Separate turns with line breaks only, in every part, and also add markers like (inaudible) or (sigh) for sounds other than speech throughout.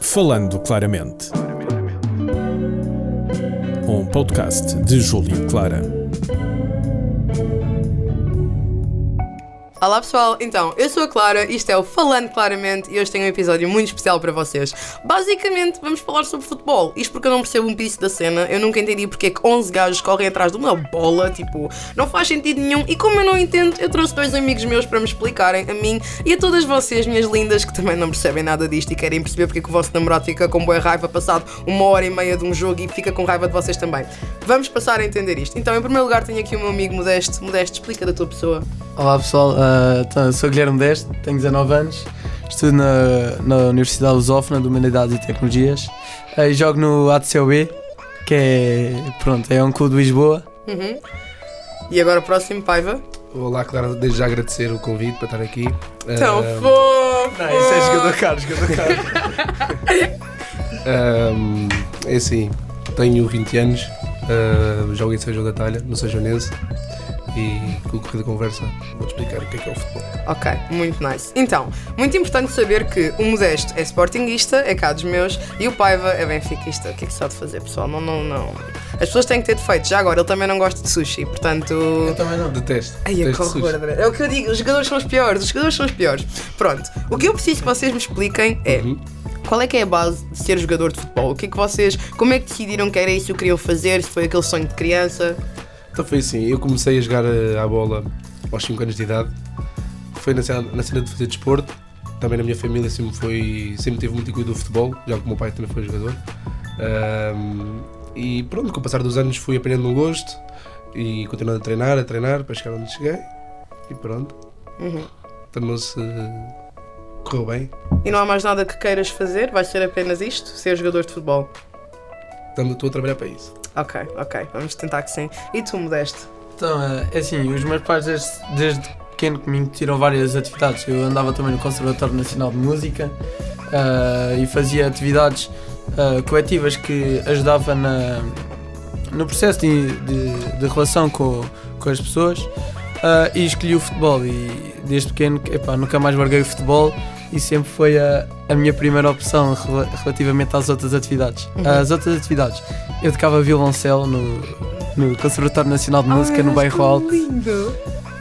Falando Claramente. Um podcast de Júlio Clara.
Olá pessoal, então eu sou a Clara, isto é o Falando Claramente e hoje tenho um episódio muito especial para vocês. Basicamente, vamos falar sobre futebol. Isto porque eu não percebo um piso da cena, eu nunca entendi porque é que 11 gajos correm atrás de uma bola, tipo, não faz sentido nenhum. E como eu não entendo, eu trouxe dois amigos meus para me explicarem, a mim e a todas vocês, minhas lindas, que também não percebem nada disto e querem perceber porque é que o vosso namorado fica com boa raiva passado uma hora e meia de um jogo e fica com raiva de vocês também. Vamos passar a entender isto. Então, em primeiro lugar, tenho aqui o meu amigo Modesto. Modesto, explica da tua pessoa.
Olá pessoal, ah, então, sou Guilherme Deste, tenho 19 anos, estudo na, na Universidade Lusófona de Humanidades e Tecnologias ah, e jogo no ATCB, que é, pronto, é um clube de Lisboa.
Uhum. E agora o próximo, Paiva.
Olá, Clara, desde já agradecer o convite para estar aqui.
Então,
Ahm, é
fofo!
Carlos, jogador Carlos.
ahm, é assim, tenho 20 anos, ah, jogo em São João da Talha, no São Joanense, e com o correr da conversa vou-te explicar o que é que é o futebol.
Ok, muito nice. Então, muito importante saber que o Modesto é sportinguista, é cá dos meus, e o Paiva é benfiquista. O que é que se há de fazer, pessoal? Não, não, não. As pessoas têm que ter defeitos. Já agora, ele também não gosta de sushi, portanto.
também não. Detesto.
Ai, a
Detesto
corro,
sushi.
André. É o que eu digo, os jogadores são os piores, os jogadores são os piores. Pronto, o que eu preciso que vocês me expliquem é
Uhum.
qual é que é a base de ser jogador de futebol? O que é que vocês, como é que decidiram que era isso que queriam fazer? Se foi aquele sonho de criança?
Então foi assim, eu comecei a jogar eh, à bola aos 5 anos de idade. Foi na cena, na cena de fazer desporto. Também na minha família sempre, foi, sempre teve muito cuidado do futebol, já que o meu pai também foi jogador. Ahm, e pronto, com o passar dos anos fui apanhando um gosto e continuando a treinar, a treinar, para chegar onde cheguei. E pronto,
Uhum.
tornou-se... eh, correu bem.
E não há mais nada que queiras fazer? Vai ser apenas isto? Ser jogador de futebol?
Então, Estou a trabalhar para isso.
Ok, ok, vamos tentar que sim. E tu, Modesto?
Então, ah, é assim, os meus pais desde, desde pequeno que me tiram várias atividades. Eu andava também no Conservatório Nacional de Música ah, e fazia atividades ah, coletivas que ajudava na, no processo de, de- de relação com, com as pessoas ah, e escolhi o futebol. E desde pequeno, que, epá, nunca mais larguei o futebol e sempre foi a, a minha primeira opção rela- relativamente às outras atividades.
Uhum.
As outras atividades, eu tocava violoncelo no, no Conservatório Nacional de Música, no bairro Alto.
Lindo!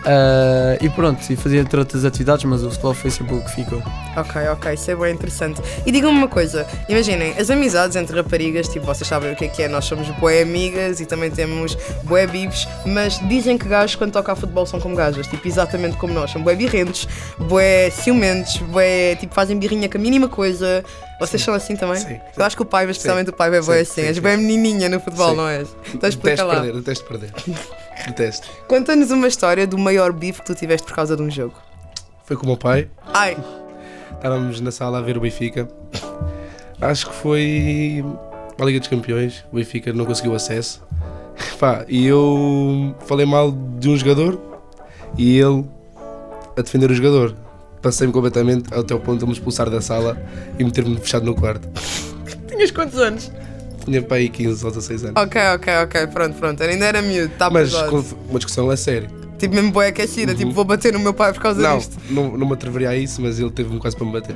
Ah, e pronto, e fazia entre outras atividades, mas o futebol foi sempre o que ficou.
Ok, ok, isso é bem interessante. E digam-me uma coisa, imaginem, as amizades entre raparigas, tipo, vocês sabem o que é que é, nós somos boé amigas e também temos boé bibs, mas dizem que gajos quando tocam a futebol são como gajas, tipo, exatamente como nós, são boé birrentos, boé ciumentos, boé, tipo, fazem birrinha com a mínima coisa. Vocês são assim também?
Sim.
Eu acho que o pai, especialmente o pai, é
Sim,
boé assim,
sim,
és
sim.
boé menininha no futebol,
Sim.
não és? Então explica
detesto
lá.
perder, detesto perder. (laughs) detesto.
Conta-nos uma história do maior bife que tu tiveste por causa de um jogo.
Foi com o meu pai,
Ai,
Estávamos na sala a ver o Benfica. Acho que foi a Liga dos Campeões. O Benfica não conseguiu acesso. (laughs) Pá, e eu falei mal de um jogador e ele a defender o jogador. Passei-me completamente até o ponto de me expulsar da sala e meter-me fechado no quarto.
tinhas quantos anos?
Tinha para aí 15 ou 16 anos.
Ok, ok, ok, pronto, pronto. Eu ainda era miúdo,
Ah,
tá
Mas
pesado.
com- uma discussão é a sério.
Tipo, mesmo boia aquecida, tipo, vou bater no meu pai por
é
causa
Não,
disto.
não, não me atreveria a isso, mas ele teve-me quase para me
(laughs)
bater.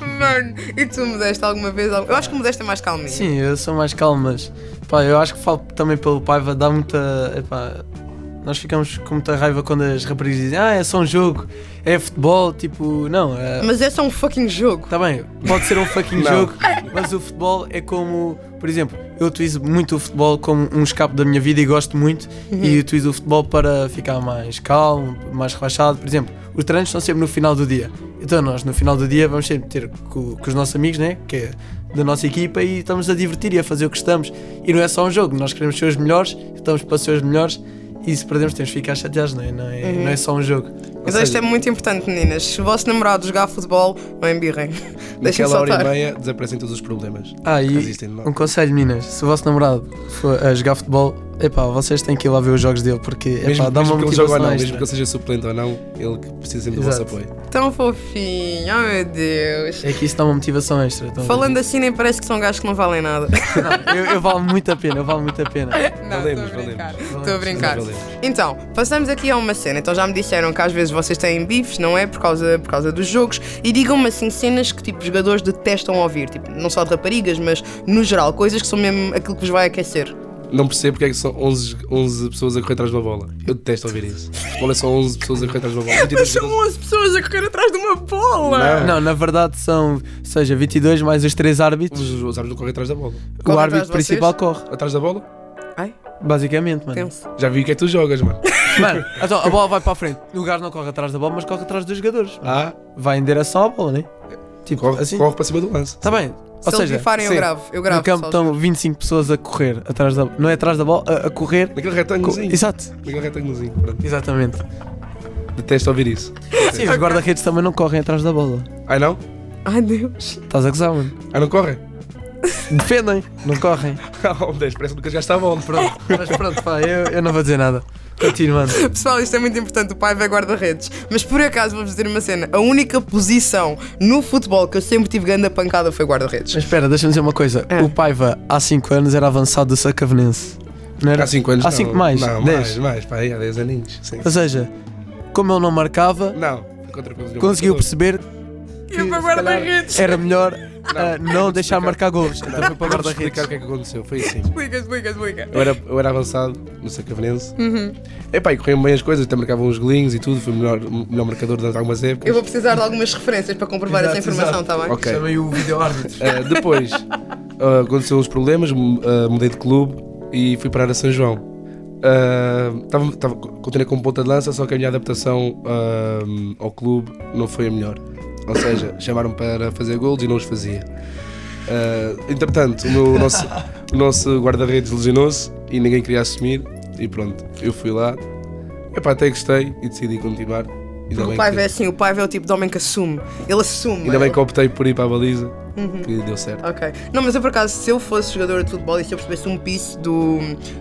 Mano, e tu mudaste alguma vez? algum- Eu acho que mudaste é mais calminho.
Sim, eu sou mais calmo, mas pá, eu acho que falo também pelo Paiva, dá muita. epá, nós ficamos com muita raiva quando as raparigas dizem ah, é só um jogo, é futebol, tipo, não, é,
Mas é só um fucking jogo.
tá bem, pode ser um fucking
Não.
jogo, mas o futebol é como, por exemplo, eu utilizo muito o futebol como um escape da minha vida e gosto muito,
Uhum.
e utilizo o futebol para ficar mais calmo, mais relaxado, por exemplo, os treinos são sempre no final do dia, então nós no final do dia vamos sempre ter co- com, os nossos amigos, né, que é da nossa equipa e estamos a divertir e a fazer o que estamos, e não é só um jogo, nós queremos ser os melhores, estamos para ser os melhores, e se perdemos temos que ficar chateados, não é, não é, não é só um jogo.
Mas
Ou
isto
seja,
Uhum. é muito importante, meninas. Se o vosso namorado jogar futebol, não embirrem. Deixem
Naquela hora e
soltar.
meia desaparecem todos os problemas.
Ah, e
Existem, não.
um conselho, Minas, se o vosso namorado for a jogar futebol, epá, vocês têm que ir lá ver os jogos dele, porque epá,
Mesmo,
dá É uma
mesmo que ele jogue ou
motivação
não,
extra.
mesmo que ele seja suplente ou não, ele que precisa sempre do vosso
Exato.
apoio.
tão fofinho, oh meu Deus.
É que isso dá uma motivação extra. estão a ver?
Falando assim, nem parece que são gajos que não valem nada.
Não, eu, eu valo muito a pena, eu valo muito a pena.
Não, estou a
Valemos,
brincar.
valemos.
Estou a brincar.
Valemos.
Então, passamos aqui a uma cena. Então já me disseram que às vezes vocês têm bifes, não é? Por causa, por causa dos jogos. E digam-me assim cenas que tipo jogadores detestam ouvir. Tipo, não só de raparigas, mas no geral, coisas que são mesmo aquilo que vos vai aquecer.
Não percebo porque é que são 11, 11 pessoas a correr atrás de uma bola. Eu detesto ouvir isso. Bola são 11 pessoas a correr atrás de uma bola.
Mas são 11 pessoas a correr atrás de uma bola!
Não.
Não, na verdade são, ou seja, 22 mais os três árbitros.
Os, os árbitros não correm atrás da bola.
o
Corre atrás
árbitro
de vocês?
principal corre,
Atrás da bola?
Ai,
basicamente, mano.
tenso.
Já vi o que é que tu jogas, mano.
um-
Mano, então a bola vai para a frente. O gajo não corre atrás da bola, mas corre atrás dos jogadores.
Ah,
Vai em direção à bola, né? Tipo,
corre,
assim.
corre para cima do lance.
Tá bem.
Se
Ou
eles
seja,
bifarem, eu
sim,
gravo. Eu gravo.
no campo
pessoal.
estão 25 pessoas a correr atrás da Não é atrás da bola, a, a correr.
Naquele
Co-
retângulozinho.
Exato.
Naquele retângulozinho. Pronto.
Exatamente.
Detesto ouvir isso.
Sim, os guarda-redes também não correm atrás da bola.
Ai não?
Ai Deus.
Estás a gozar, mano.
Ai não (laughs) correm?
Defendem, não correm.
Oh, 10, parece que nunca jogaste a bola.
Pronto, mas pronto, pá, eu, eu não vou dizer nada. Continuando.
Pessoal, isto é muito importante. O pai vai guarda-redes. Mas por acaso, vou-vos dizer uma cena. A única posição no futebol que eu sempre tive grande a pancada foi guarda-redes.
Mas espera, deixa-me dizer uma coisa.
É.
O Paiva, há 5 anos, era avançado do Sacavenense. Não era?
Há 5 anos.
Há
não.
cinco mais,
Não,
dez.
mais, mais. Pá, aí há 10 aninhos. Sim.
Ou seja, como ele não marcava,
Não. Contra o
conseguiu perceber
Eu para guarda-redes.
que era melhor ah, não, deixar marcar golos. Então foi para
Vou-te explicar o
guarda-redes.
que é que aconteceu. Foi assim.
Explica, explica, explica.
Eu era, eu era avançado no Sacavenense.
Uhum.
Epá, e corriam bem as coisas, até marcavam uns golinhos e tudo. Fui o melhor, o melhor marcador durante algumas épocas.
Eu vou precisar de algumas referências para comprovar
Exato,
essa informação,
tá
está bem?
Ok. Chamei
o vídeo árbitro.
Ah, depois ah, aconteceu uns problemas, m- ah, mudei de clube e fui parar a São João. Ah, tava, tava, continuei como ponta de lança, só que a minha adaptação ah, ao clube não foi a melhor. Ou seja, chamaram-me para fazer gols e não os fazia. Ah, entretanto, o, meu- o nosso, o nosso guarda-redes lesionou-se e ninguém queria assumir. E pronto, eu fui lá. Epá, até gostei e decidi continuar. Ainda
O
bem
pai
que-
é assim, o pai é o tipo de homem que assume. Ele assume.
Ainda
ele-
bem que optei por ir para a baliza,
Uhum.
que deu certo.
Ok. Não, mas eu por acaso, se eu fosse jogador de futebol e se eu percebesse um piso do,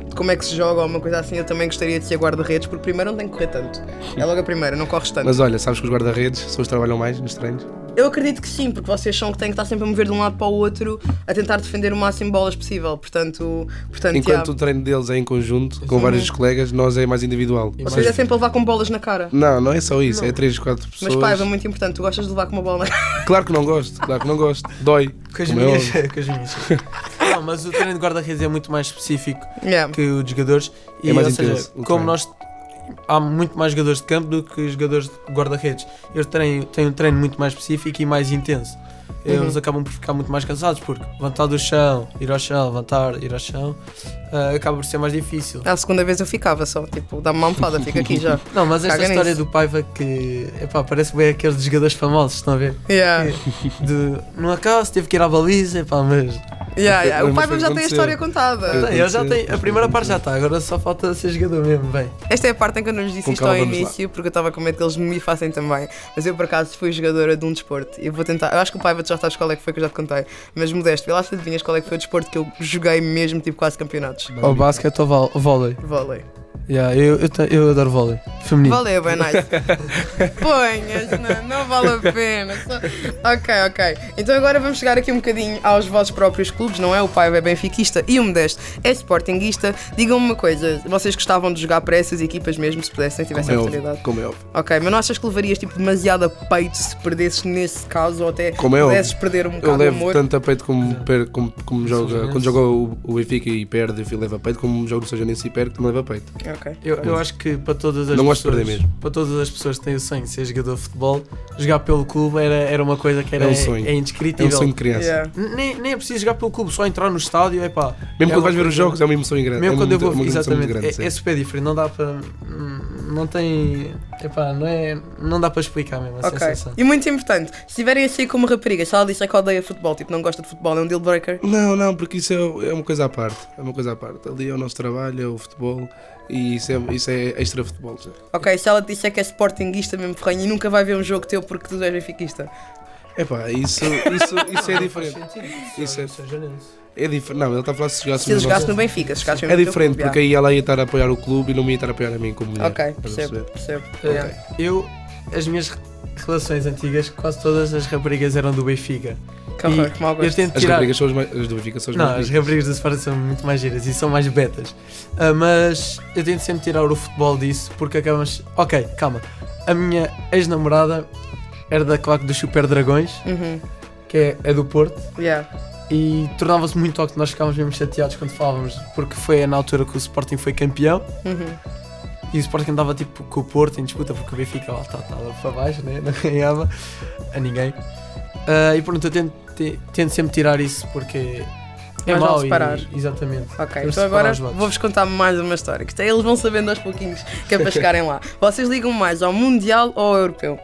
de como é que se joga ou uma coisa assim, eu também gostaria de ser guarda-redes, porque primeiro não tem que correr tanto. É logo a primeira, não corres tanto.
Mas olha, sabes que os guarda-redes são os que trabalham mais nos treinos?
Eu acredito que sim, porque vocês são que têm que estar sempre a mover de um lado para o outro, a tentar defender o máximo de bolas possível. Portanto, portanto
Enquanto
já.
o treino deles é em conjunto, com vários colegas, nós é mais individual.
Ou seja, é sempre a levar com bolas na cara.
Não, não é só isso, é 3, 4
Mas
pessoas.
pai, é muito importante. Tu gostas de levar com uma bola na (laughs) cara.
Claro que não gosto, claro que não gosto. Dói.
Com as
como é
minhas.
óbvio.
(laughs) Com as minhas. Não, mas o treino de guarda-redes é muito mais específico
Yeah.
que o dos jogadores. E,
É mais
ou seja,
intenso,
como
o treino.
nós. Há muito mais jogadores de campo do que jogadores de guarda-redes. Eles têm, têm um treino muito mais específico e mais intenso. Eles acabam por ficar muito mais cansados porque levantar do chão, ir ao chão, levantar, ir ao chão, ah, acaba por ser mais difícil.
A segunda vez eu ficava só, tipo, dá-me uma almofada, fica aqui
(laughs)
já.
Não, mas esta
Caga
história
nisso.
do Paiva que. Epá, parece bem aqueles dos jogadores famosos, estão a ver?
Yeah.
De, no acaso teve que ir à baliza, epá, mas.
Yeah, yeah. O
Mas
pai
foi o
já
que
tem a
aconteceu.
história contada.
Ele já tem. A primeira parte já está, agora só falta ser jogador mesmo, bem.
Esta é a parte em que eu não lhes disse
Com
isto
calma,
ao
vamos lá.
início, porque eu estava com medo que eles me façam também. Mas eu, por acaso, fui jogadora de um desporto. Eu vou tentar. Eu acho que o Paiva tu já sabes qual é que foi que eu já te contei. Mas modesto, vê lá se adivinhas qual é que foi o desporto que eu joguei mesmo, tipo, quase campeonatos.
Ou basquete ou vo- vôlei.
Vôlei.
Yeah, eu, eu, te- eu adoro vôlei. Feminino.
Vôlei é bem nice. Ponhas, não, não vale a pena. Só- Ok, ok. Então agora vamos chegar aqui um bocadinho aos vossos próprios clubes, não é? O Paiva é benfiquista e o Modesto é sportinguista. Digam-me uma coisa, vocês gostavam de jogar para essas equipas mesmo, se pudessem,
Como
tivessem
é
a
óbvio.
oportunidade?
Como é óbvio.
Ok, mas não achas que levarias tipo, demasiado a peito se perdesses nesse caso ou até
Como é
pudesses perder um
Eu
bocado de
levo
amor?
tanto a peito como, per- como, como joga,
Sejanense.
quando joga o, o Benfica e perde, eu levo a peito, como um jogo do Sejanense e perde, que me leva a peito. É um
Ok.
Eu, eu acho que para todas as
Não gosto de
pessoas,
perder mesmo.
para todas as pessoas que têm o sonho de ser jogador de futebol, jogar pelo clube era, era uma coisa que era
É um sonho.
é
É
indescritível.
um sonho de criança.
Yeah.
nem, nem é preciso jogar pelo clube, só entrar no estádio, epá.
Mesmo
é
quando
uma
vais ver os
coisa-
jogos, é uma emoção grande.
Mesmo
é
quando
muito,
eu vou,
é uma emoção muito
exatamente,
grande, sim.
é, é super diferente, não dá para. hum, Não tem. Epá, não é. Não dá para explicar mesmo a
Ok.
sensação.
E muito importante, se tiverem a sair com uma rapariga, se ela disser que odeia futebol, tipo não gosta de futebol, é um deal breaker.
Não, não, porque isso é, é uma coisa à parte. É uma coisa à parte. Ali é o nosso trabalho, é o futebol e isso é, isso é extra futebol. Já.
Ok, se ela te disser que é sportinguista mesmo ferranho e nunca vai ver um jogo teu porque tu és benfiquista.
Epá, isso, isso, isso é diferente. Isso é- É diferente. Não, ele está a falar se jogasse
Se ele
no
jogasse
nosso-
no Benfica, se jogasse
É diferente, porque aí ela ia estar a apoiar o clube e não me ia estar a apoiar a mim como mulher.
Ok,
Estás a
percebo,
perceber?
percebo.
Eu, É, as minhas relações antigas, quase todas as raparigas eram do Benfica.
Que horror,
E
que mau
Eu
gosto.
tento
As
tirar.
raparigas são as mais. As do Benfica são as
Não,
mais.
as raparigas da Sephora são muito mais giras e são mais betas. Ah, mas eu tento sempre tirar o futebol disso porque acabamos. Ok, calma. A minha ex-namorada era da claque dos Super Dragões,
Uhum.
que é, é do Porto,
Yeah.
e tornava-se muito tóxico. Nós ficávamos mesmo chateados quando falávamos porque foi na altura que o Sporting foi campeão
Uhum.
e o Sporting andava tipo com o Porto em disputa porque o Benfica lá estava lá para baixo, né? (laughs) não ganhava a ninguém. Ah, e pronto, eu tento, te- tento sempre tirar isso porque é
Mais vale
mau. e-
separar.
Exatamente.
Ok,
Vamos
então
separar
agora
os votos.
vou-vos contar mais uma história, que até eles vão sabendo aos pouquinhos, que é para chegarem
(laughs)
lá. Vocês ligam mais ao Mundial ou ao Europeu?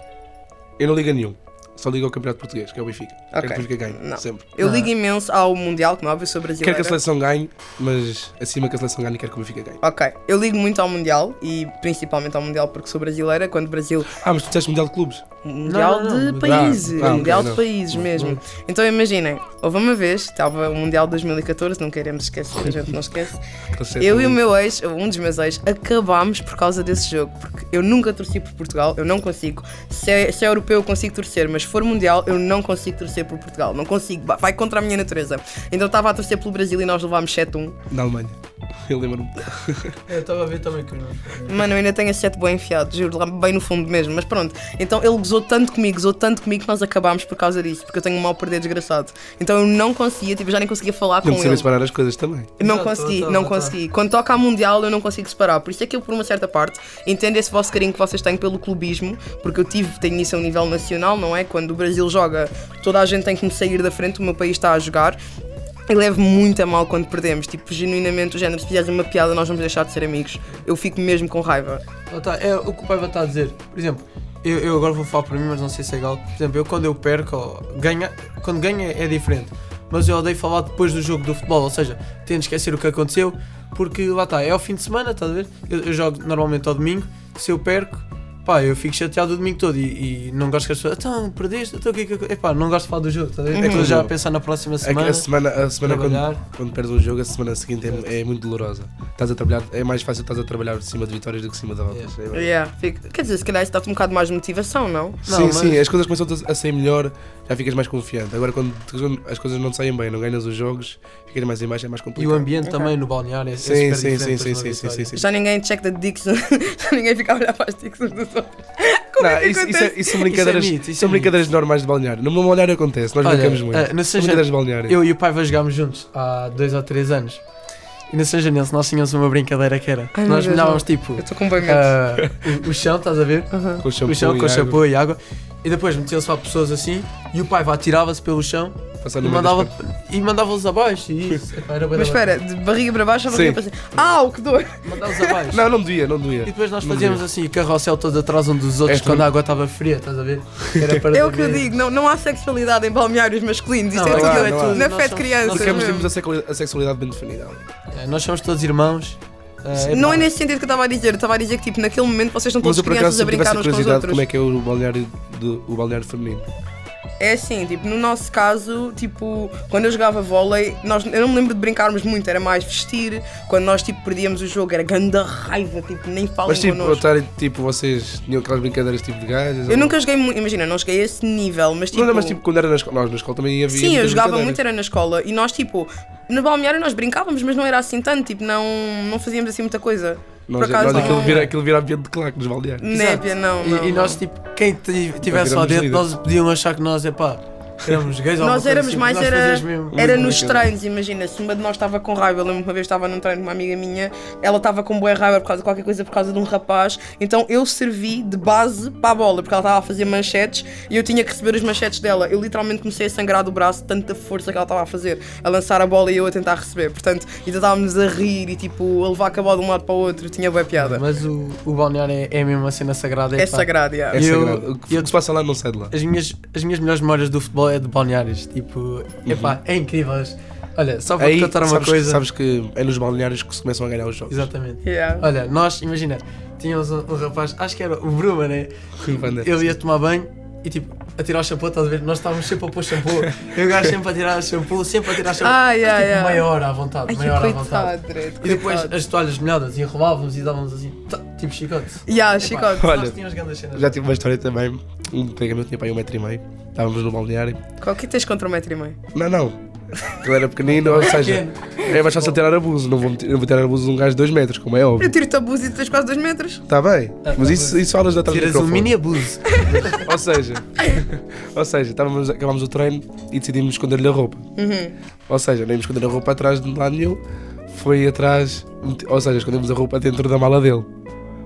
Eu não ligo a nenhum. Só ligo ao Campeonato Português, que é o Benfica. Quero
Ok.
que o Benfica ganhe,
Não.
sempre.
Eu
Ah.
ligo imenso ao Mundial, como é óbvio, sou brasileira.
Quero que a seleção ganhe, mas acima que a seleção ganhe, quero que o Benfica ganhe.
Ok, eu ligo muito ao Mundial e principalmente ao Mundial porque sou brasileira. Quando o Brasil.
Ah, mas tu disseste Mundial de Clubes.
Mundial
não, não,
de
não.
países.
Ah, ah,
mundial
ok,
de
não.
países mesmo. Então imaginem, houve uma vez, estava o Mundial de 2014, não queremos esquecer, a gente não
(laughs)
esquece. Eu e o meu ex, ou um dos meus ex, acabámos por causa desse jogo, porque eu nunca torci por Portugal, eu não consigo. Se é, se é europeu, eu consigo torcer, mas se for mundial, eu não consigo torcer por Portugal, não consigo, Ba- vai contra a minha natureza. Então estava a torcer pelo Brasil e nós levámos 7-1.
Na Alemanha. (laughs) Eu lembro-me.
Eu estava a ver também que não.
Mano, eu ainda tenho esse 7 bem enfiado, juro, lá bem no fundo mesmo, mas pronto. Então ele gozou tanto comigo, gozou tanto comigo que nós acabámos por causa disso, porque eu tenho um mal perder desgraçado. Então eu não conseguia, tipo, já nem conseguia falar
Não
com
percebem
ele.
separar as coisas também.
Eu Não
Exato,
consegui,
tá,
não
tá.
consegui. Quando toca a Mundial, eu não consigo separar. Por isso é que eu, por uma certa parte, entendo esse vosso carinho que vocês têm pelo clubismo, porque eu tive, tenho isso a um nível nacional, não é? Quando o Brasil joga, toda a gente tem que me sair da frente, o meu país está a jogar. E levo muito a mal quando perdemos, tipo, genuinamente, o género, se fizeres uma piada, nós vamos deixar de ser amigos. Eu fico mesmo com raiva.
Lá tá, é o que o pai vai estar a dizer. Por exemplo, eu, eu agora vou falar para mim, mas não sei se é legal. Por exemplo, eu quando eu perco, ou ganha, quando ganha é diferente. Mas eu odeio falar depois do jogo do futebol, ou seja, tento esquecer o que aconteceu, porque lá está, é ao fim de semana, estás a ver? Eu, eu jogo normalmente ao domingo, se eu perco, pá, eu fico chateado o domingo todo e, e não gosto que as pessoas, então, perdeste, então o que é que. acon-" Epá, não gosto de falar do jogo, estás a ver?
Uhum.
Estou já a pensar na próxima
É que
semana.
a semana, a semana
trabalhar.
quando, quando perdes um jogo, a semana seguinte é, é muito dolorosa. Estás a trabalhar, é mais fácil estás a trabalhar de cima de vitórias do que de cima de derrotas. É verdade.
Yeah, fico- Quer dizer, se calhar isso dá-te um bocado mais de motivação, não?
Sim,
Não, mas-
sim, é. as coisas começam a sair melhor, já ficas mais confiante. Agora quando te- as coisas não te saem bem, não ganhas os jogos, ficas mais em baixo, é mais
E
complicado.
o ambiente também no balneário é, é
Sim,
super
sim,
diferente
sim,
depois de
sim,
uma
sim, sim,
vitória.
sim, sim.
Já ninguém check the dicks, (laughs) já ninguém fica a olhar para as dicks uns dos outros. Como
Não,
é que
isso, isso,
acontece?
é- isso são brincadeiras,
Isso é mito, isso
são
é
brincadeiras normais de balneário. No meu balneário acontece, nós
Olha,
brincamos muito.
eh, no
são
Sejano-
brincadeiras de balneário.
Eu e o Paiva jogámos juntos há dois ou três anos. E na São Janense nós tínhamos uma brincadeira que era.
Ai, meu
nós
Deus,
molhávamos tipo
Eu estou com bem medo.
ah, o, o chão, estás a ver?
Aham.
com o shampoo,
o chão
e
com
água,
chapéu e água. E depois metiam-se lá pessoas assim e o Paiva atirava-se pelo chão
passar
e
no meio
mandava-
das
e mandava-los abaixo. E isso,
(laughs)
epá, era bué
Mas
da bacana.
espera, de barriga para baixo ou barriga
Sim.
para cima? Au, que dor!
Mandava-os abaixo.
pernas. Não, não doía, não doía.
E depois nós
Não É
fazíamos
devia.
assim o carrossel todo atrás um dos outros
Esta-
quando a água estava fria, estás a ver? Era para
(laughs) É o que eu
dormir.
digo, não, não há sexualidade em balneários masculinos, isto
Não,
é,
não há,
tudo,
não há.
na
Nós
fé de
somos-
crianças.
Nós
Sim,
queremos
mesmo.
termos a sexuali- a sexualidade bem definida.
É, Nós somos todos irmãos. ah, epá,
Não é nesse sentido que eu estava a dizer, eu estava a dizer que tipo, naquele momento vocês estão
Mas
todos
eu por
crianças
acaso
a
sempre tive
brincar
essa
uns com os
curiosidade
outros.
como é que é o balneário, do, o balneário feminino.
É assim, tipo, no nosso caso, tipo, quando eu jogava vôlei, nós, eu não me lembro de brincarmos muito, era mais vestir. Quando nós, tipo, perdíamos o jogo, era grande raiva, tipo, nem falem
Mas tipo,
connosco.
otário, tipo, vocês tinham aquelas brincadeiras tipo de gajas?
Eu
ou-
nunca joguei muito, imagina, não cheguei a esse nível, mas tipo.
Não, não, mas tipo, quando era na escola, nós na escola também havia
Sim, eu
muitas
jogava muito,
brincadeiras.
era na escola. E nós, tipo, no balneário nós brincávamos, mas não era assim tanto, tipo, não, não fazíamos assim muita coisa.
Nós, é
Por acaso,
nós aquilo,
não-
vira, aquilo vira ambiente de claque nos balneários.
Népia, não,
E-
não.
E, nós,
não.
tipo, quem ti- tivesse lá
Viramos
dentro,
líderes.
nós podiam achar que nós, é pá, éramos gays ou alguma
Nós
coisa
éramos
assim,
mais,
nós
era,
fazíamos mesmo.
era
muito
nos
bem,
treinos, imagina, se uma de nós estava com raiva, eu lembro que uma vez estava num treino com uma amiga minha, ela estava com boa raiva por causa de qualquer coisa, por causa de um rapaz, então eu servi de base para a bola, porque ela estava a fazer manchetes e eu tinha que receber os manchetes dela. Eu literalmente comecei a sangrar do braço, de tanta força que ela estava a fazer, a lançar a bola e eu a tentar receber, portanto, ainda estávamos a rir e tipo, a levar com a bola de um lado para o outro, tinha boa piada.
Mas o, o balneário é, é mesmo uma cena sagrada.
É
pá.
sagrado, yeah.
É
Eu-
sagrado. O que,
eu-
o que se passa lá não sai de lá.
As minhas, as minhas melhores memórias do futebol é de balneários. Tipo, epá, é incrível. Olha, só para te
Uhum. Aí,
contar uma
sabes,
coisa.
sabes que é nos balneários que se começam a ganhar os jogos.
Exatamente.
Yeah.
Olha, nós, imagina, tínhamos um, um rapaz, acho que era o Bruma, né?
Exatamente.
Ele ia tomar banho e tipo, a tirar o shampoo, estás a ver? Nós estávamos sempre a pôr shampoo. Eu o gajo sempre a tirar shampoo, sempre a tirar shampoo.
Ai, ai,
tipo,
ai.
meia hora à vontade,
Ai,
meia hora à vontade.
coitado, Dredd,
E depois
coitado.
as toalhas molhadas, enrolávamos e dávamos assim, tá, tipo chicote.
Yeah, chicote.
Olha, tá
Nós tínhamos grandes cenas.
Já tive uma história também um colega meu tinha para aí um metro e meio. Estávamos no balneário.
Qual que tens contra um metro e meio?
Não, não. Ele era pequenino, ou seja, é mais fácil tirar abuso. Não vou, meter- não vou tirar abuso de um gajo de 2 metros, como é
Eu
óbvio.
tiro-te a buzz e tu tens quase dois metros.
Está bem,
Ah,
mas
tá
isso, isso falas de atrás do
Tiras um
microfone.
mini abuso.
Ou seja, (laughs) ou seja estávamos, acabámos o treino e decidimos esconder-lhe a roupa. Ou seja, nem me esconder a roupa atrás de lado nenhum, foi atrás, meti- ou seja, escondemos a roupa dentro da mala dele.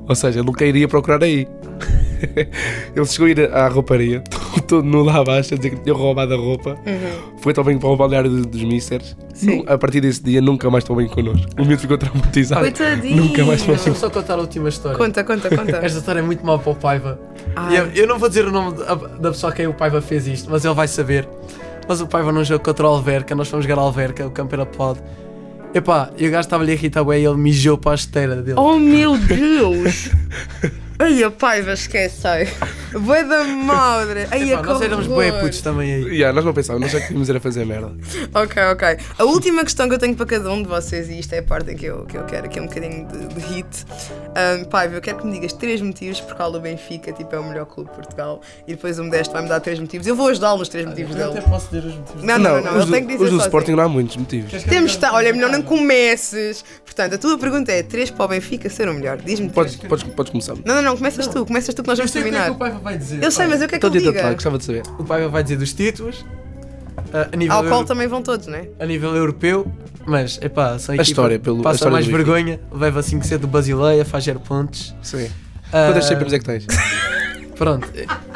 Ou seja, ele nunca iria procurar aí. (laughs) ele chegou a ir à rouparia, (laughs) todo nu lá abaixo, a dizer que tinha roubado a roupa. Foi também para o balneário do- dos místeres.
Sim.
A partir desse dia, nunca mais tomou bem connosco. O miúdo ficou traumatizado.
Coitadinho.
Nunca mais mexeu.
Deixa-me só contar a última história.
Conta, conta, conta.
Esta história é muito mal para o Paiva.
Ai.
E Eu, eu não vou dizer o nome da, da pessoa a quem o Paiva fez isto, mas ele vai saber. Mas o Paiva num jogo contra o Alverca, nós fomos jogar a Alverca, o campo era pod. Epá, e o gajo estava-lhe a irritar bué e ele mijou para a esteira dele.
Oh meu Deus! Ai, a paiva, esquece. ai. Bué da madre. Ai,
Epá,
a
nós éramos bué putos também aí.
Yeah, nós não pensávamos, nós já queríamos ir a fazer merda.
Ok, ok. A última questão que eu tenho para cada um de vocês, e isto é a parte em que eu, que eu quero aqui um bocadinho de, de hit. Ahm, Paiva, eu quero que me digas três motivos por qual o Benfica tipo, é o melhor clube de Portugal e depois o Modesto vai me dar três motivos. Eu vou ajudá-lo nos três motivos Tipo dele.
posso dizer os motivos.
Não, Ah, não, não,
os,
ele
do-
tem que dizer assim.
os do
sozinho.
Sporting não há muitos motivos.
Temos, tá, olha, melhor não comeces. Portanto, a tua pergunta é: três para o Benfica ser o melhor? Diz-me
Podes,
três.
podes, podes começar.
Não, não, não, começas tu, começas tu que nós
Eu
vamos
sei o que é
terminar.
que o Paiva vai dizer.
Eu sei,
Olha,
mas eu quero que é
Então,
ele
dita lá,
diga.
gostava de saber.
O Paiva vai dizer dos títulos, ah, a- a nível
Ao qual
europeu.
também vão todos, né?
a nível europeu, mas epá, são a equipa
história,
que
pelo- a
passa
história
mais
do Benfica.
vergonha, leva 5 c do Basileia, faz zero pontos.
Sim.
Ah,
Quantas Champions é que tens?
Pronto,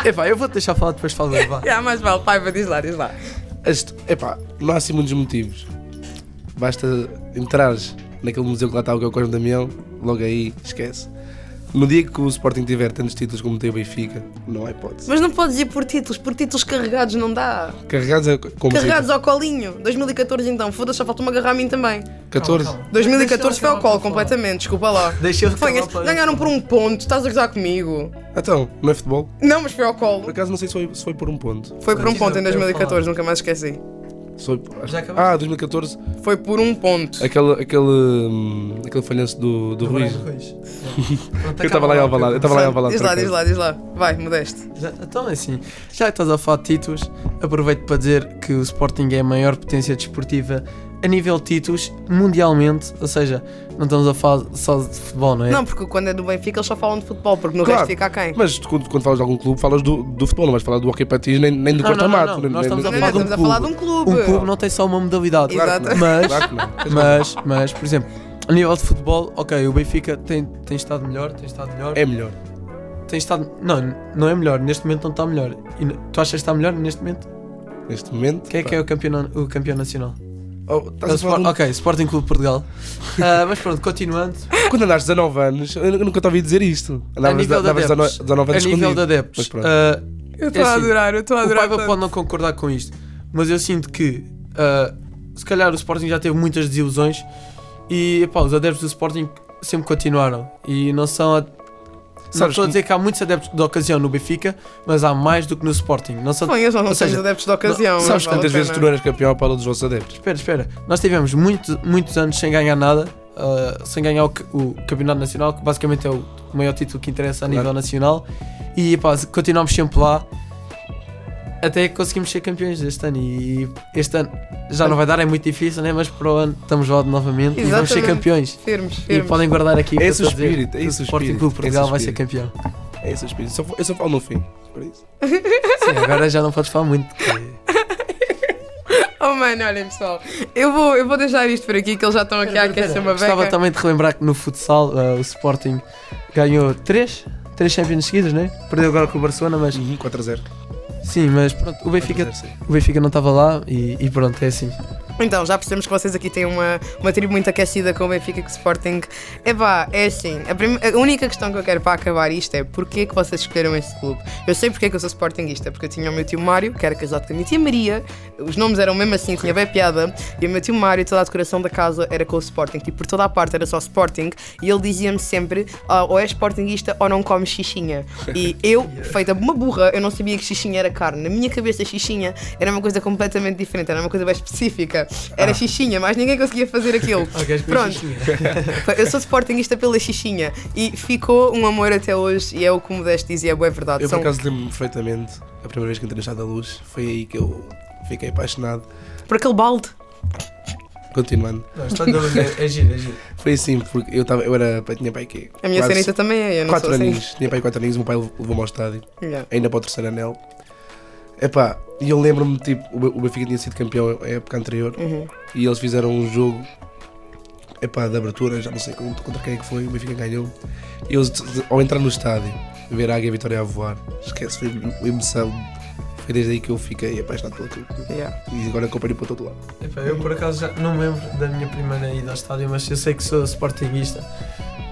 epá, eu vou te deixar falar depois falo eu, vá.
Já, É, mais vale, paiva, diz lá, diz lá.
Este, epá, não há assim muitos motivos. Basta entrares naquele museu que lá está o que é o Cosme Damião, logo aí, esquece. No dia que o Sporting tiver tantos títulos como tem o Benfica, não há hipótese.
Mas não podes ir por títulos, por títulos carregados não dá.
Carregados é
assim?
como
Carregados ao colinho. 2014 então, foda-se, só falta-me agarrar a mim também.
assim, 14?
Calma, calma.
2014 foi
Deixa eu
ao colo
acabar de falar.
completamente, desculpa lá.
Deixa eu
Fanhas, ganharam por um ponto, estás a gozar comigo.
Então, não é futebol?
Não, mas foi ao
Por
colo.
acaso não sei se foi, se foi por um ponto.
Foi por um
Continua,
ponto em
eu quero
2014,
falar.
nunca mais esqueci.
Se foi por-
Já acabaste?
ah, 2014,
Foi por um ponto.
aquele, aquele, hum, aquele falhanço do, do Ruiz. Eu estava lá em Alvalade, eu estava lá em Alvalade.
Diz
por
lá,
acaso.
diz lá, diz lá. Vai, modesto.
Já- Então é assim, já que estás a falar de títulos, aproveito para dizer que o Sporting é a maior potência desportiva a nível de títulos mundialmente, ou seja, não estamos a falar só de futebol, não é?
Não, porque quando é do Benfica eles só falam de futebol, porque no
Claro.
resto fica a quem?
Mas tu, quando, quando falas de algum clube, falas do, do futebol, não vais falar do hockey patins nem, nem do
Não, não,
corta-mato.
não, não.
nem-
Nós
nem-
estamos
Não,
a
não,
falar de um
estamos a falar de um clube.
Um clube não tem só uma modalidade.
Claro que não.
Mas-
Claro que não.
Mas, mas, por exemplo, a nível de futebol, ok, o Benfica tem, tem estado melhor, tem estado melhor,
É melhor.
tem estado. Não, não é melhor, neste momento não está melhor. E n- tu achas que está melhor neste momento?
Neste momento.
Quem é que é o campeão, o campeão nacional? É
Oh, estás
o
a falar
Sport-
de um-
Ok, Sporting Clube de
(laughs)
Portugal. Ah, mas pronto, continuando,
Quando andaste 19 anos, eu nunca te ouvi dizer isto.
A
Andavas,
nível de
andavas 19,
adeptos. a
19 anos
nível de
escondido. Mas
adeptos,
pronto.
ah,
Eu
estou a adorar,
eu estou
o Paiva pode não concordar com isto, mas eu sinto que ah, se calhar o Sporting já teve muitas desilusões e epá, os adeptos do Sporting sempre continuaram e não são. A... não
Sabes
estou a
que-
dizer que há muitos adeptos de ocasião no Benfica, mas há mais do que no Sporting. Não são...
Bom, eles não
Ou
são
seja,
adeptos de ocasião.
Sabes
não vale
quantas
a
vezes tu
pena.
não eras campeão à pala dos vossos adeptos?
Espera, espera. Nós tivemos muito, muitos anos sem ganhar nada, ah, sem ganhar o, ca- o Campeonato Nacional, que basicamente é o maior título que interessa a
Claro.
nível nacional, e pá, continuamos sempre lá até que conseguimos ser campeões deste ano. E este ano já não vai dar, é muito difícil, né? mas para o ano estamos lá de novamente e vamos ser
Exatamente.
campeões.
Firmes,
E
firmes.
podem guardar aqui
É
o que eu
esse
estou a dizer,
espírito, é
que
esse
o Sporting
espírito,
Clube
é
Portugal
esse
vai ser campeão.
É esse o espírito. Só, eu só falo no fim. por isso.
Sim, agora já não podes falar muito. que-
Oh mano, olhem pessoal, eu vou, eu vou deixar isto por aqui que é. eles já estão aqui a aquecer uma
Gostava
beca.
também de relembrar que no futsal ah, o Sporting ganhou 3, 3 Champions seguidas, né? Perdeu agora com o Barcelona, mas
4 Uhum, a 0.
sim, mas pronto, o Benfica,
4 a 0, sim.
o Benfica não estava lá e, e pronto, é assim.
Então, já percebemos que vocês aqui têm uma, uma tribo muito aquecida com o Benfica e com o Sporting. Epá, é assim, a, prim- a única questão que eu quero para acabar isto é porquê que vocês escolheram este clube? Eu sei porque é que eu sou Sportingista, porque eu tinha o meu tio Mário, que era casado com a minha tia Maria, os nomes eram mesmo assim, tinha bem piada, e o meu tio Mário, toda a decoração da casa era com o Sporting, tipo, por toda a parte era só Sporting, e ele dizia-me sempre, "Ah, ou és Sportingista ou não comes xixinha.
(laughs)
E eu, feita uma burra, eu não sabia que xixinha era carne. Na minha cabeça, xixinha era uma coisa completamente diferente, era uma coisa bem específica. Xixinha. Era
Ah.
Xixinha, mas ninguém conseguia fazer
(laughs)
aquilo.
Ok,
Pronto. Eu sou sportinguista pela Xixinha e ficou um amor até hoje e é o que o Modesto dizia, é boa verdade.
Eu por
São-
acaso lembro-me perfeitamente, a primeira vez que entrei no Estado da Luz, foi aí que eu fiquei apaixonado.
Por aquele balde.
Continuando,
Está é, é giro, é giro.
foi assim, porque eu, tava, eu era, tinha pai quê?
A minha
Quase
cenita também é, eu não
quatro
sou assim.
aninhos, tinha pai quatro aninhos, o meu pai levou-me ao estádio,
Yeah.
ainda para o terceiro anel. Epá, e eu lembro-me, tipo, o Be- o Benfica tinha sido campeão a época anterior
Uhum.
e eles fizeram um jogo, epá, de abertura, já não sei contra, contra quem é que foi, o Benfica ganhou. E eles, ao entrar no estádio, ver a Águia Vitória a voar, esquece, foi uma emoção. Foi desde aí que eu fiquei apaixonado pelo clube.
Yeah.
E agora acompanho para todo lado.
Epá, eu por acaso já não me lembro da minha primeira ida ao estádio, mas eu sei que sou sportinguista.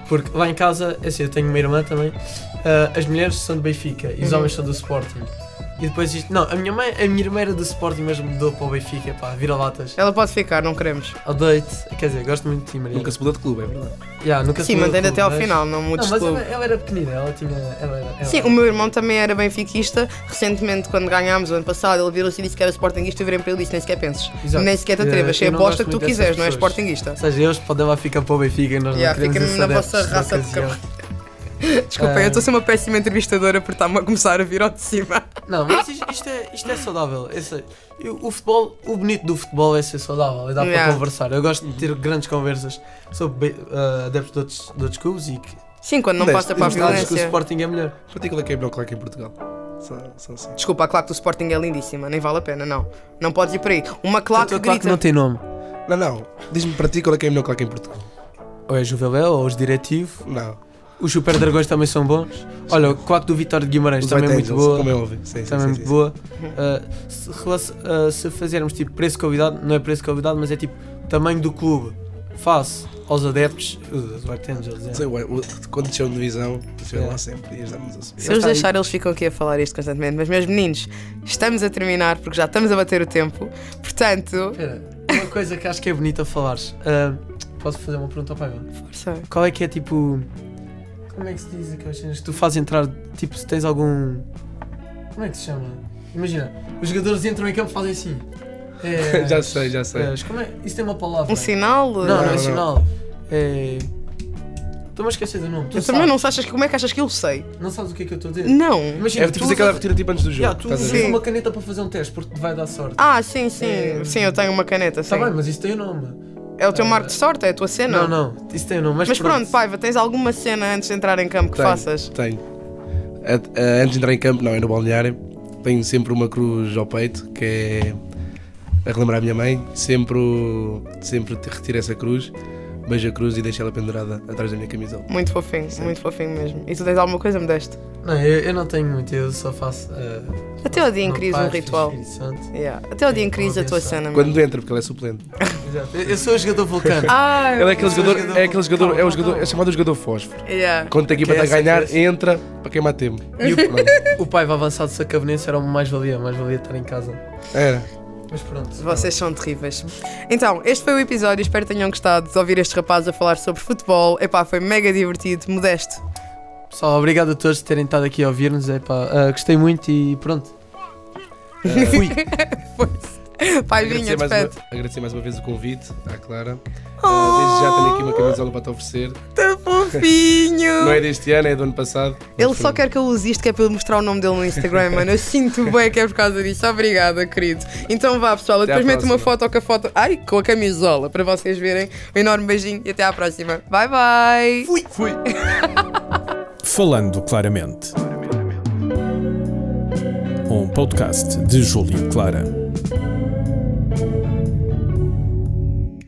Porque lá em casa, é assim, eu tenho uma irmã também, ah, as mulheres são do Benfica e os
Uhum.
homens são do Sporting. E depois isto, não, a minha mãe, a minha irmã era do Sporting, mas mudou para o Benfica, pá, vira latas.
Ela pode ficar, não queremos.
Odeio-te, quer dizer, gosto muito de ti, Maria.
Nunca se mudou de clube, é verdade.
Yeah, nunca se
Sim,
mudou
mantendo
de
até ao
clube, mas-
final, não mudes
Não,
de
mas
clube.
ela, ela era pequenina, ela tinha. Ela era, ela
Sim, o meu irmão também era benfiquista. Recentemente, quando ganhámos o ano passado, ele virou-se e disse que era sportinguista. Eu virei para ele e disse: nem sequer penses.
Exato.
Nem sequer te
Eu-
atrevas.
eu
É a
não
bosta
gosto
que tu
muito dessas
quiseres, não é
pessoas.
sportinguista.
Ou seja, eles podemos ficar para o Benfica e nós
Yeah,
não queremos
fica na
essa
vossa
dessa
raça de
ocasião.
Desculpem,
Ah.
eu estou a ser uma péssima entrevistadora por estar-me a começar a vir ao de cima.
Não, mas isto, isto é, isto é saudável. Eu sei. Eu- o futebol, o bonito do futebol é ser saudável e dá
Yeah.
para conversar. Eu gosto de ter grandes conversas sobre be- ah, adeptos de outros, de outros clubes e que
Sim, quando não
Mas,
passa para a
mas não
acho que o
violência.
Sporting é melhor.
Para ti, qual é que é a melhor claque em Portugal? Só, só assim.
Desculpa, a claque do Sporting é lindíssima, nem vale a pena, não. Não podes ir por aí. Uma claque
Tanto é claro que
grita.
não tem nome.
Não, não. Diz-me para ti qual é que é a melhor claque em Portugal.
Ou é Juvelel, ou os Diretivo.
Não.
Os Super Dragões também são bons. Olha, o claque do Vitória de Guimarães
Os
também é
White
muito
Angels,
boa.
Como é óbvio. Sim, sim,
também
sim,
muito
sim.
boa. Uh, se, relac- uh, se fizermos tipo preço convidado, não é preço convidado, mas é tipo tamanho do clube face aos adeptos, uh, os White Angels.
Sim,
É.
ué, o- Quando desceu de divisão, desceram
É.
lá sempre e ajudámos a subir.
Se eu os deixar, eles ficam aqui a falar isto constantemente. Mas, meus meninos, estamos a terminar porque já estamos a bater o tempo. Portanto.
Espera, uma coisa que acho que é bonita falares. Uh, posso fazer uma pergunta ao pai? meu?
força.
Qual é que é tipo. Como é que se diz aquelas cenas que tu fazes entrar? Tipo, se tens algum. Como é que se chama? Imagina, os jogadores entram em campo e fazem
(laughs)
assim. É,
Já sei, já sei.
é, como é? Isso tem uma palavra.
Um sinal?
Não, não,
Não,
é
não.
sinal. É. Estou-me a esquecer do nome. Tu
Eu
sabes.
também não sei, achas que- como é que achas que eu sei?
Não sabes o que é que eu estou a dizer?
Não.
Imagina,
É
tu
tipo fazer
usas-
aquela rotina tipo antes do jogo.
Yeah, tu
estás a
usas
ver?
Sim.
uma caneta para fazer um teste porque te vai dar sorte.
Ah, sim, sim.
É-
Sim, eu tenho uma
Tá
caneta, sim.
Está bem, mas isso tem o nome.
É o teu marco de sorte, é a tua cena.
Não, não, isso tem o nome. Mas,
Mas pronto, Paiva, tens alguma cena antes de entrar em campo que
Tenho,
faças?
Tenho. A- a- antes de entrar em campo, não, é no balneário. Tenho sempre uma cruz ao peito, que é a relembrar a minha mãe. Sempre, o- sempre te- retiro essa cruz, beijo a cruz e deixo ela pendurada atrás da minha camisola.
Muito fofinho, muito fofinho mesmo. E tu tens alguma coisa, me deste?
Não, eu, eu não tenho muito, eu só faço. Uh,
Até o dia em crise,
é
um ritual. Yeah. Até o dia em
Sim,
crise, a tua
obviamente.
cena.
Quando entra, porque ela é suplente.
Exato. Eu, eu sou o jogador
(laughs)
vulcano.
Ah,
Ele é aquele jogador,
jogador-
é aquele jogador, é o
Calma,
jogador,
calma.
é chamado jogador fósforo.
yeah.
Quando tem aqui
Que é
para
essa,
ganhar,
que é
entra para queimar tempo.
E o, pronto, o pai vai avançado se a cabenense era o mais valia, mais valia estar em casa.
Era.
Mas pronto.
Vocês são terríveis. Então, este foi o episódio. Espero que tenham gostado de ouvir estes rapazes a falar sobre futebol. Epá, foi mega divertido, (laughs) modesto.
Pessoal, obrigado a todos por terem estado aqui a ouvir-nos. Epá, ah, gostei muito e pronto. Ah, fui.
Paivinha,
agradecer, mais uma,
despede.
agradecer mais uma vez o convite à Clara.
Oh.
Ah, desde já tenho aqui uma camisola para te oferecer.
Tá fofinho!
Não é deste ano, é do ano passado.
Ele
Mas
só
pronto.
quer que eu use isto, que é para eu mostrar o nome dele no Instagram, mano. Eu sinto bem que é por causa disso. Obrigada, querido. Então vá, pessoal. Eu
Até à
depois meto uma
próxima.
foto com a foto. Ai, com a camisola, para vocês verem. Um enorme beijinho e até à próxima. Bye, bye! Fui! Fui!
Falando claramente. Um podcast de Júlio Clara.